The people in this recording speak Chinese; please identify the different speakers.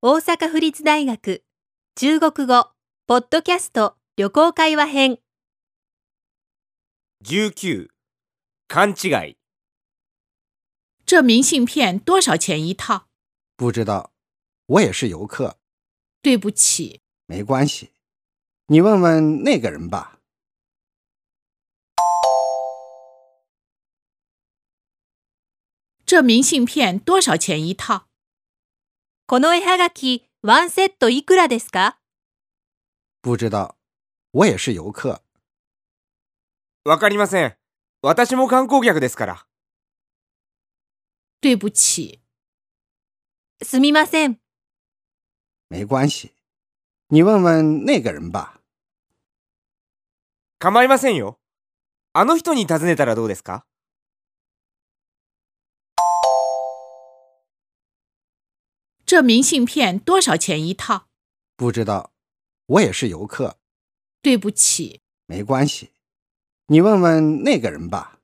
Speaker 1: 大阪府立大学中国語ポッドキャスト旅行会話編
Speaker 2: 19勘違い
Speaker 3: 这明信片多少钱一套？
Speaker 4: 不知道，我也是游客，
Speaker 3: 对不起，
Speaker 4: 没关系。你问问那个人吧。
Speaker 3: 这明信片多少钱一套？
Speaker 1: この絵はがきワンセットいくらですか
Speaker 4: 不知道，我也是游客，
Speaker 2: わかりません私も観光客ですから
Speaker 3: 对不起，
Speaker 1: すみません
Speaker 4: 没关系。你问问那个人吧。
Speaker 2: 構いませんよあの人に尋ねたらどうですか
Speaker 3: 这明信片多少钱一套？
Speaker 4: 不知道，我也是游客，
Speaker 3: 对不起，
Speaker 4: 没关系。你问问那个人吧。